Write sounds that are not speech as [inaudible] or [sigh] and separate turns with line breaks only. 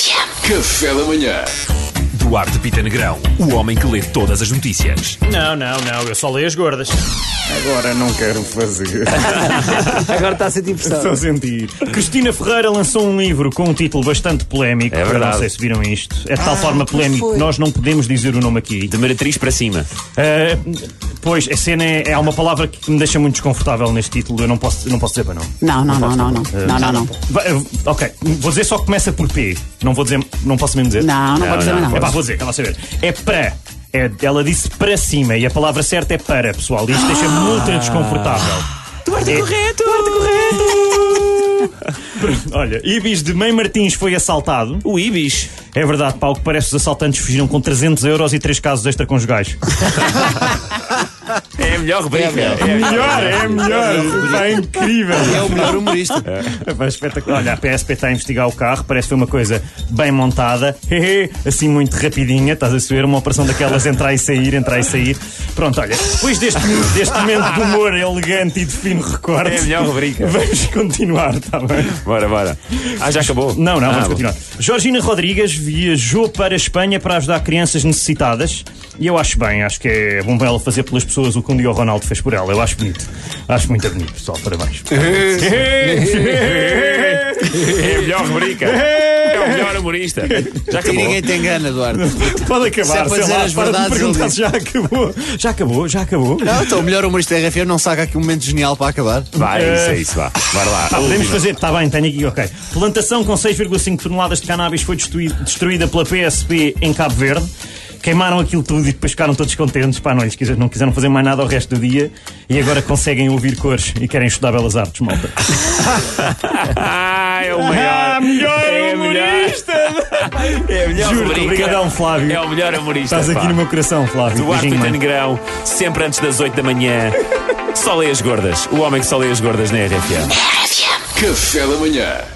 Café da Manhã.
Duarte Pita Negrão, o homem que lê todas as notícias.
Não, não, não, eu só leio as gordas.
Agora não quero fazer.
[laughs] Agora está a sentir pressão.
Só sentir.
Cristina Ferreira lançou um livro com um título bastante polémico.
É
Eu
verdade.
Não sei se viram isto. É de
Ah,
tal forma polémico que nós não podemos dizer o nome aqui.
De Maratriz para cima.
Ah, pois, a cena é, é uma palavra que me deixa muito desconfortável neste título. Eu não posso, não posso dizer para não.
Não, não, não, não, não. Não, não, não.
Ba- eh, ok, vou dizer só que começa por P. Não vou dizer, não posso mesmo dizer.
Não, não pode dizer mais
É pá,
nada.
vou dizer, ela saber. É para. É- ela disse para cima e a palavra certa é para, pessoal. E isto deixa-me
Ah!
ultra desconfortável. Duarte correto! Duarte correto! [laughs] Olha, Ibis de Mãe Martins foi assaltado.
O Ibis.
É verdade, Paulo, que parece que os assaltantes fugiram com 300 euros e três casos extraconjugais.
É a melhor rubrica.
melhor, é melhor! Está incrível!
É o melhor humorista.
[laughs] É pá, espetacular. Olha, a PSP está a investigar o carro, parece que foi uma coisa bem montada, [laughs] Hehe, assim muito rapidinha, estás a saber, uma operação daquelas entrar e sair, entrar e sair. Pronto, olha, depois deste, deste momento de humor elegante e de fino recorte,
É a melhor rubrica.
[laughs] vamos continuar, está bem?
[laughs] Bora, bora. Ah, já acabou?
Não, não,
Ah,
vamos
bom.
continuar. Georgina Rodrigues viajou para a Espanha para ajudar crianças necessitadas. E eu acho bem, acho que é bom ela fazer pelas pessoas o que um dia o Ronaldo fez por ela. Eu acho bonito. Acho muito bonito, pessoal. Parabéns.
É a melhor
[laughs]
rubrica. É o melhor humorista. Já
E
acabou.
ninguém te engana, Eduardo.
Pode
Se é
acabar,
para
sei
dizer
lá,
as
para de
verdades,
perguntar
ele
se já acabou. Já acabou, já acabou.
Não, então o melhor humorista da RFM não saca aqui um momento genial para acabar.
Vai, isso é isso, vá. Bora lá.
Pá, Ah, podemos fazer, está bem, tenho aqui, ok. Plantação com 6,5 toneladas de cannabis foi destruí- destruída pela PSP em Cabo Verde. Queimaram aquilo tudo e depois ficaram todos contentes. Pá, não, eles quiser- não quiseram fazer mais nada o resto do dia e agora conseguem ouvir cores e querem estudar belas artes, malta.
Ah, é o maior.
Ah, melhor
é a
humorista.
melhor- É a melhor
Juro,
rubrica.
obrigadão, Flávio.
É o melhor humorista.
Estás aqui
pá.
no meu coração, Flávio.
Duarte
Beijinho,
Pita
mano.
Negrão, sempre antes das 8 da manhã. Só lê as gordas. O homem que só lê as gordas na RFM.
Café da Manhã.